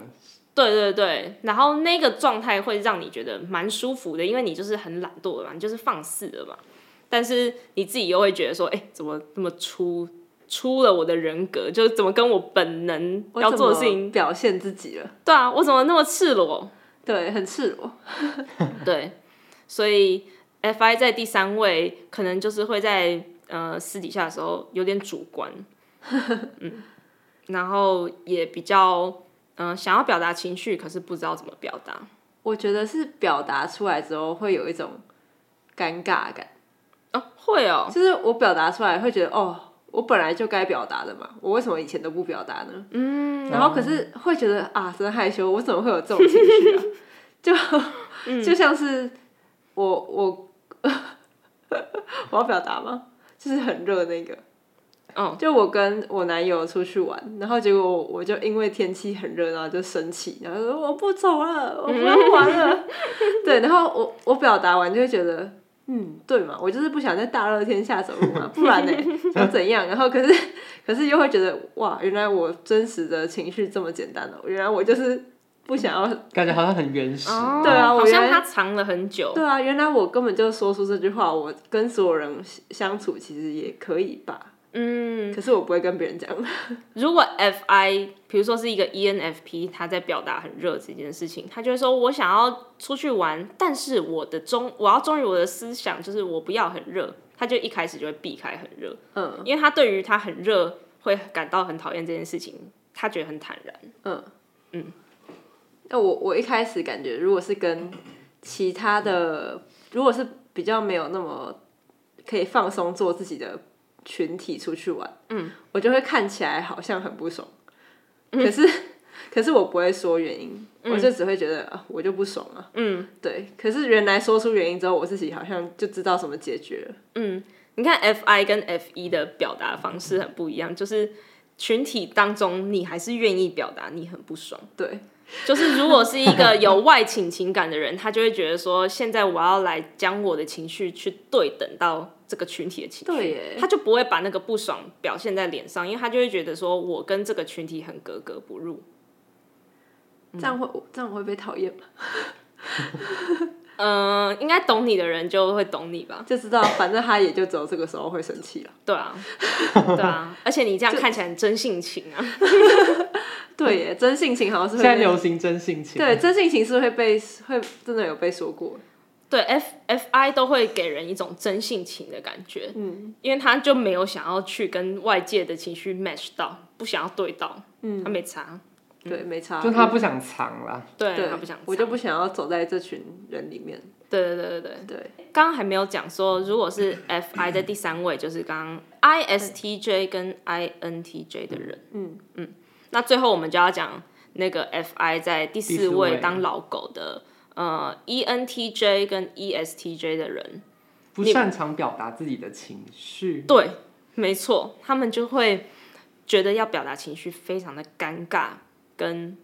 S7: 对对对，然后那个状态会让你觉得蛮舒服的，因为你就是很懒惰的嘛，你就是放肆的嘛。但是你自己又会觉得说，哎，怎么那么出出了我的人格？就是怎么跟我本能
S8: 我
S7: 要
S8: 怎
S7: 做的
S8: 么
S7: 事情？
S8: 表现自己了，
S7: 对啊，我怎么那么赤裸？
S8: 对，很赤裸。
S7: 对，所以 FI 在第三位，可能就是会在呃私底下的时候有点主 观，嗯，然后也比较嗯、呃想要表达情绪，可是不知道怎么表达。
S8: 我觉得是表达出来之后会有一种尴尬感，
S7: 哦，会哦，
S8: 就是我表达出来会觉得哦，我本来就该表达的嘛，我为什么以前都不表达呢？嗯，然后可是会觉得啊，真害羞，我怎么会有这种情绪啊？就就像是我我 我要表达吗？就是很热那个。
S7: 哦
S8: 就我跟我男友出去玩，然后结果我我就因为天气很热，然后就生气，然后就说我不走了，我不要玩了。对，对，然后我我表达完就会觉得，嗯，对嘛，我就是不想在大热天下走路嘛，不然呢想怎样？然后可是可是又会觉得，哇，原来我真实的情绪这么简单哦，原来我就是不想要，
S6: 感觉好像很原始。
S8: 对啊我
S7: 哦好
S8: 原
S7: 像
S8: 来
S7: 他藏了很久。
S8: 对啊，原来我根本就说出这句话，我跟所有人相处其实也可以吧，
S7: 嗯
S8: 可，是我不会跟别人讲。
S7: 如果 FI，比如说是一个 E ENFP，他在表达很热这件事情，他就会说：“我想要出去玩，但是我的忠，我要忠于我的思想，就是我不要很热。”他就一开始就会避开很热，
S8: 嗯
S7: 因为他对于他很热会感到很讨厌这件事情，他觉得很坦然。
S8: 嗯
S7: 嗯。
S8: 那我我一开始感觉，如果是跟其他的，如果是比较没有那么可以放松做自己的群体出去玩，
S7: 嗯，
S8: 我就会看起来好像很不爽，可是、可是我不会说原因，我就只会觉得啊，我就不爽啊，
S7: 嗯
S8: 对。可是原来说出原因之后，我自己好像就知道什么解决了，
S7: 嗯，你看 FI 跟 FE 的表达方式很不一样，就是群体当中你还是愿意表达你很不爽。
S8: 对，
S7: 就是如果是一个有外倾情感的人，他就会觉得说，现在我要来将我的情绪去对等到这个群体的情绪，
S8: 对耶
S7: 他就不会把那个不爽表现在脸上，因为他就会觉得说我跟这个群体很格格不入。
S8: 这样会这样我会被讨厌吗？
S7: 嗯、应该懂你的人就会懂你吧？
S8: 就知道反正他也就只有这个时候会生气了。
S7: 对啊，对啊，而且你 这样看起来很真性情啊。
S8: 对耶，真性情好像是会
S6: 现在
S8: 被
S6: 流行真性情，
S8: 对，，真性情是会被会真的有被说过，
S7: 对 F F I 都会给人一种真性情的感觉，
S8: 嗯，
S7: 因为他就没有想要去跟外界的情绪 match 到，不想要对到，嗯，他没差，
S8: 对，
S7: 嗯
S8: 没差。
S6: 就他不想藏啦。
S7: 对
S8: 对，
S7: 他不想，
S8: 我就不，想要走在这群人里面。
S7: 对对对对对。
S8: 对，
S7: 刚刚还没有讲说，如果 是 F I 的第三位，就是刚刚 I S T J 跟 I N T J 的人，
S8: 嗯
S7: 嗯，那最后我们就要讲那个 F I 在第
S6: 第四
S7: 四
S6: 位
S7: 位当老狗的，呃 E N T J 跟 E S T J 的人，
S6: 不擅长表达自己的情绪，
S7: 对，没错，他们就会觉得要表达情绪非常的尴尬，跟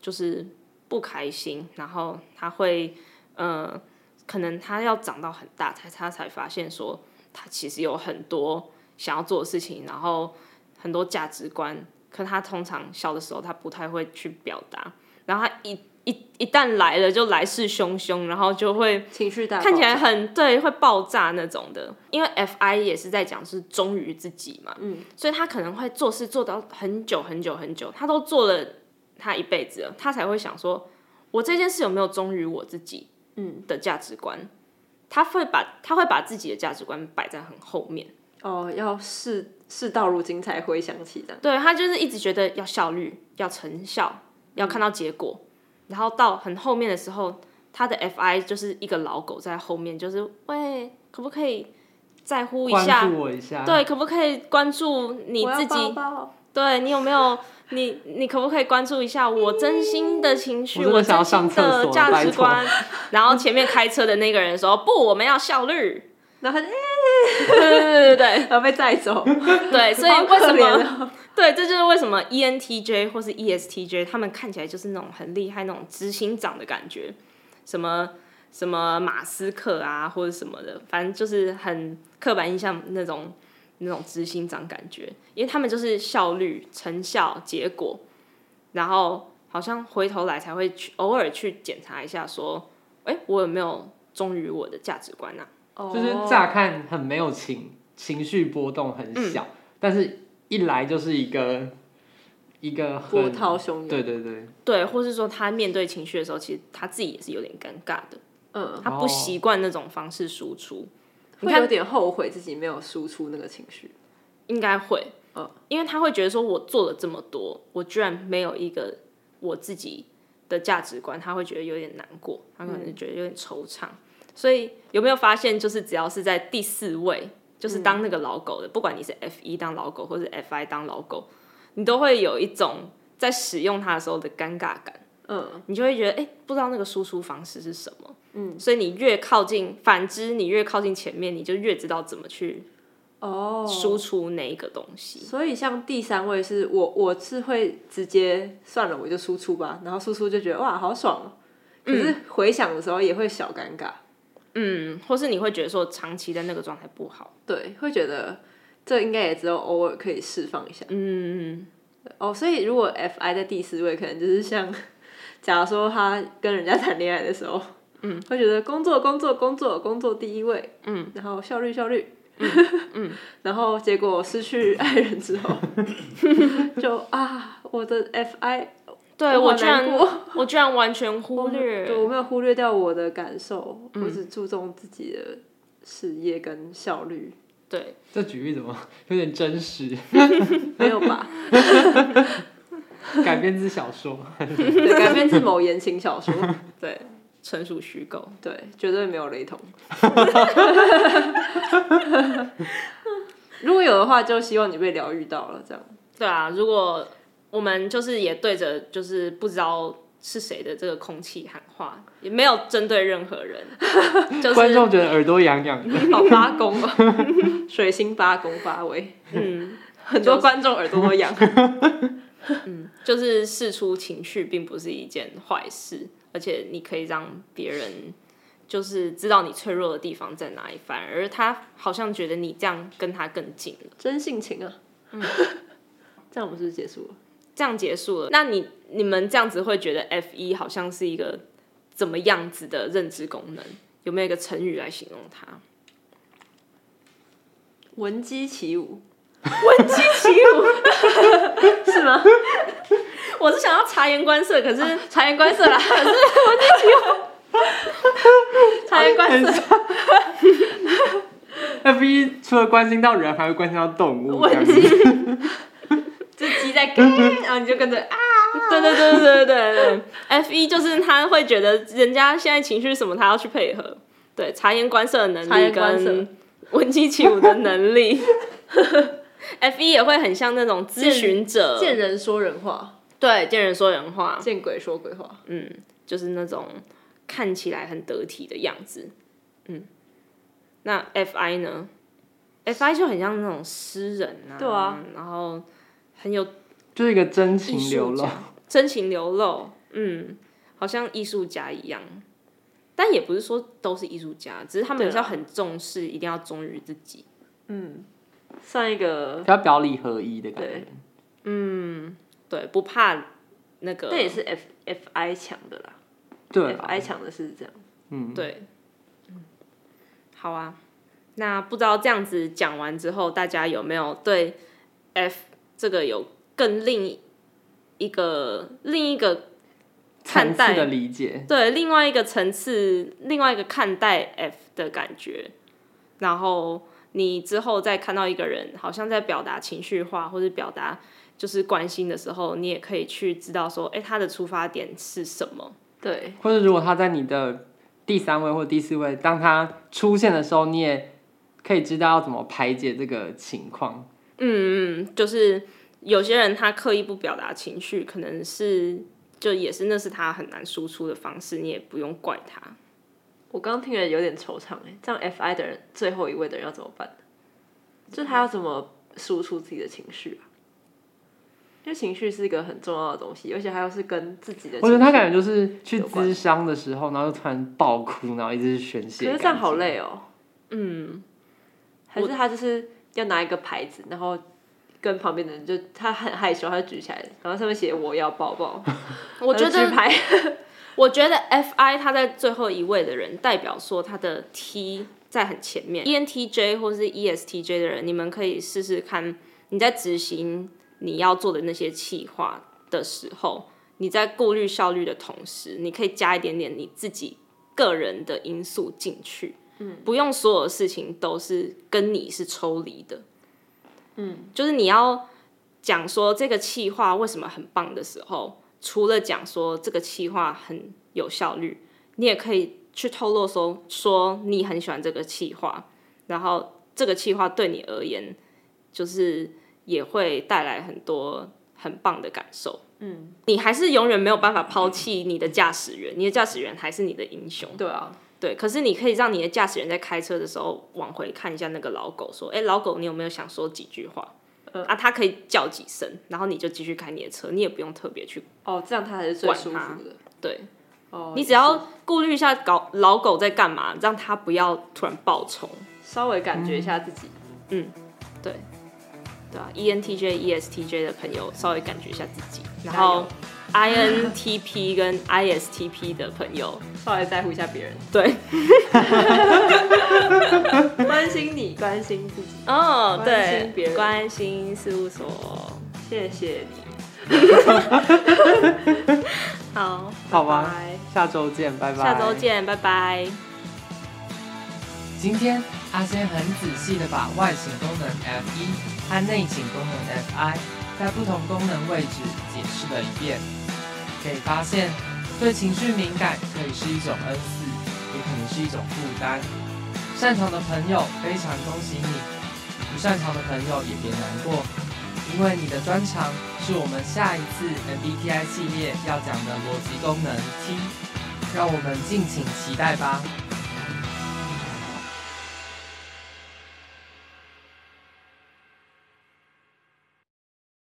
S7: 就是不开心，然后他会呃，可能他要长到很大，才他才发现说他其实有很多想要做的事情，然后很多价值观，可他通常小的时候他不太会去表达，然后他一一一旦来了就来势汹汹，然后就会。
S8: 情绪大爆炸，
S7: 看起来很对，会爆炸那种的。因为 FI 也是在讲是忠于自己嘛，
S8: 嗯，
S7: 所以他可能会做事做到很久很久很久，他都做了他一辈子了，他才会想说，我这件事有没有忠于我自己
S8: 嗯，
S7: 的价值观？他会把他会把自己的价值观摆在很后面，
S8: 哦，要事事到如今才回想起的。
S7: 对他就是一直觉得要效率、要成效、要看到结果，然后到很后面的时候，他的 FI 就是一个老狗在后面，就是喂，可不可以在乎一下
S6: 关？注啊我一下。
S7: 对，，可不可以关注你
S8: 我要
S7: 自己？
S8: 抱抱
S7: 对你有没有？你你可不可以关注一下我真心的情绪，
S6: 我真的
S7: 我
S6: 想要
S7: 真
S6: 上
S7: 心
S6: 厕所
S7: 的价
S6: 拜
S7: 值
S6: 托
S7: 观？然后前面开车的那个人说：“不，我们要效 率。
S8: 然后他就、欸、”
S7: 对对对对对
S8: 然后被载走，
S7: 对， 所以
S8: 好
S7: 为
S8: 可
S7: 什么
S8: 怜哦
S7: 对，这就是为什么 E ENTJ 或是 E ESTJ 他们看起来就是那种很厉害、那种执行长的感觉，什么什么马斯克啊，或者什么的，反正就是很刻板印象那种那种执行长感觉，因为他们就是效率、成效、结果，然后好像回头来才会去偶尔去检查一下，说，哎，我有没有忠于我的价值观啊？
S8: 哦
S6: 就是乍看很没有情，情绪波动很小，
S7: 嗯
S6: 但是一来就是一个一个很
S8: 波涛汹涌。
S6: 对对对，
S7: 对，或是说他面对情绪的时候，其实他自己也是有点尴尬的。
S8: 嗯，
S7: 他不习惯那种方式输出，你
S8: 会
S7: 看
S8: 有点后悔自己没有输出那个情绪。
S7: 应该会，
S8: 嗯
S7: 因为他会觉得说，我做了这么多，我居然没有一个我自己的价值观，他会觉得有点难过，他可
S8: 嗯
S7: 能觉得有点惆怅。所以有没有发现，就是只要是在第四位，就是
S8: 嗯
S7: 当那个老狗的，不管你是 F 一当老狗，或是 F I 当老狗，你都会有一种在使用它的时候的尴尬感。
S8: 嗯，
S7: 你就会觉得，哎、不知道那个输出方式是什么。嗯，所以你越靠近，反之你越靠近前面，你就越知道怎么去
S8: 哦，
S7: 输出那一个东西。
S8: 所以像第三位是我，我是会直接算了，我就输出吧，然后输出就觉得哇好爽哦，可是回想的时候也会小尴尬，
S7: 嗯，或是你会觉得说长期的那个状态不好，
S8: 对，会觉得这应该也只有偶尔可以释放一下。
S7: 嗯，
S8: 哦，所以如果 FI 在第四位，可能就是像， 假如说他跟人家谈恋爱的时候，嗯，会觉得工作工作工作工作第一位，
S7: 嗯，
S8: 然后效率效率，嗯， 然后结果失去爱人之后， 就啊，我的 FI，
S7: 对
S8: 我
S7: 我
S8: 好
S7: 居然
S8: 难过
S7: 我居然完全忽略嗯
S8: 对，我没有忽略掉我的感受，我只注重自己的事业跟效率，
S7: 对，
S6: 这举例怎么 有点真实？
S8: 没有吧？
S6: 改编自小 说，
S8: 对，改编自某言情小说，对
S7: 纯属虚构。
S8: 对，绝对没有雷同。如果有的话，就希望你被疗愈到了，这样
S7: 对啊，如果我们就是也对着就是不知道是谁的这个空气喊话，也没有针对任何人，就 是
S6: 观众觉得耳朵痒痒 的。
S8: 好八公哦，水星八宫发威，
S7: 嗯，
S8: 很多观众耳朵 都痒。
S7: 就是试出情绪，并不是一件坏事，而且你可以让别人就是知道你脆弱的地方在哪里，反而他好像觉得你这样跟他更近了。
S8: 真性情啊！
S7: 嗯
S8: 这样我们是不是结束了？
S7: 这样结束了，那你你们这样子会觉得 F 一好像是一个怎么样子的认知功能？有没有一个成语来形容它？
S8: 闻鸡起舞，
S7: 起 舞是吗？我是想要察言观色，可是、察言观色啊啦，可是
S8: 察言观色，
S6: F 一除了关心到人，还会关心到动 物。这样子
S8: 这鸡
S6: 嗯
S8: 在跟，然后你就跟着啊，
S7: 对对对对对对对，F 一就是他会觉得人家现在情绪什么，他要去配合，对察言观色的能
S8: 察
S7: 力
S8: 言观色
S7: 跟 闻鸡起舞的能力。F E 一也会很像那种咨询者，
S8: 呃见人说人话，
S7: 对见人说人话，
S8: 见鬼说鬼话。
S7: 嗯，就是那种看起来很得体的样子，嗯。那 FI 呢？FI 就很像那种诗人啊，
S8: 对啊，
S7: 然后很有
S6: 就是一个真情
S7: 艺
S6: 流
S7: 术
S6: 露
S7: 家，，真情流露，嗯，好像艺术家一样。但也不是说都是艺术家，只是他们
S8: 啊
S7: 有时候很重视，一定要忠于自己。
S8: 嗯，上一个
S6: 要表里合一的感觉
S8: 对。
S7: 嗯，对，不怕那个，
S8: 那也是 F F I 强的啦
S6: 对
S8: ，F
S6: 啊
S8: I 强的是这样。
S6: 嗯，
S7: 对，嗯好啊。那不知道这样子讲完之后，大家有没有对 F 这个有更另一个另一个
S6: 层
S7: 看
S6: 次的
S7: 待
S6: 理解，
S7: 对另外一个层次、另外一个看待 F 的感觉？然后你之后再看到一个人，好像在表达情绪化或者表达就是关心的时候，你也可以去知道说，哎、他的出发点是什么？
S8: 对，
S6: 或者如果他在你的第三位或第四位，当他出现的时候，你也可以知道要怎么排解这个情况。
S7: 嗯，嗯，就是有些人他刻意不表达情绪，可能是就也是那是他很难输出的方式，你也不用怪他。
S8: 我刚听了有点惆怅哎，这样 F I 的人最后一位的人要怎么办？就他要怎么输出自己的情绪啊？因为情绪是一个很重要的东西，而且还有是跟自己的情绪。
S6: 我觉得他感觉就是去
S8: 有关
S6: 咨商的时候，然后就突然爆哭，然后一直是宣泄。
S8: 可是这样好。累哦，
S7: 嗯，
S8: 还是他就是要拿一个牌子，然后跟旁边的人就他很害羞，他就举起来，然后上面写我要抱抱，
S7: 我觉
S8: 他就举
S7: 得
S8: 牌
S7: 我觉得 F I 他在最后一位的人，代表说他的 T 在很前面，E N T J 或是 E S T J 的人，你们可以试试看，你在执行你要做的那些企划的时候，你在顾虑效率的同时，你可以加一点点你自己个人的因素进去，嗯，不用所有事情都是跟你是抽离的，嗯，就是你要讲说这个企划为什么很棒的时候，除了讲说这个企划很有效率，你也可以去透露说说你很喜欢这个企划，然后这个企划对你而言，就是也会带来很多很棒的感受。嗯，你还是永远没有办法抛弃你的驾驶员，你 的驾驶员还是你的英雄。
S8: 对啊，
S7: 对，可是你可以让你的驾驶员在开车的时候往回看一下那个老狗，说：“哎，老狗，你有没有想说几句话？”啊，它可以叫几声，然后你就继续开你的车，你也不用特别去
S8: 哦，这样他才是最舒服的。
S7: 对，
S8: 哦，
S7: 你只要顾虑一下搞老狗在干嘛，让它不要突然爆冲。
S8: 稍微感觉一下自己，
S7: 嗯对啊，ENTJ、ESTJ 的朋友稍微感觉一下自己，
S8: 加油
S7: 然后 INTP 跟 ISTP 的朋友，
S8: 稍微在乎一下别人，
S7: 对，
S8: 关心你，关心自己。
S7: 哦，
S8: 关心
S7: 对，
S8: 别人
S7: 关心事务所，
S8: 谢谢你，
S7: 好，
S9: 好吧
S8: 拜拜，
S9: 下周见，拜拜。
S7: 下周。见，拜拜。
S6: 今天阿仙很仔细的把外形功能 F 一和内倾功能 F I 在不同功能位置解释了一遍。可以发现，对情绪敏感可以是一种恩赐，也可能是一种负担。擅长的朋友非常恭喜你，不擅长的朋友也别难过，因为你的专长是我们下一次 MBTI 系列要讲的逻辑功能 T。让我们敬请期待吧。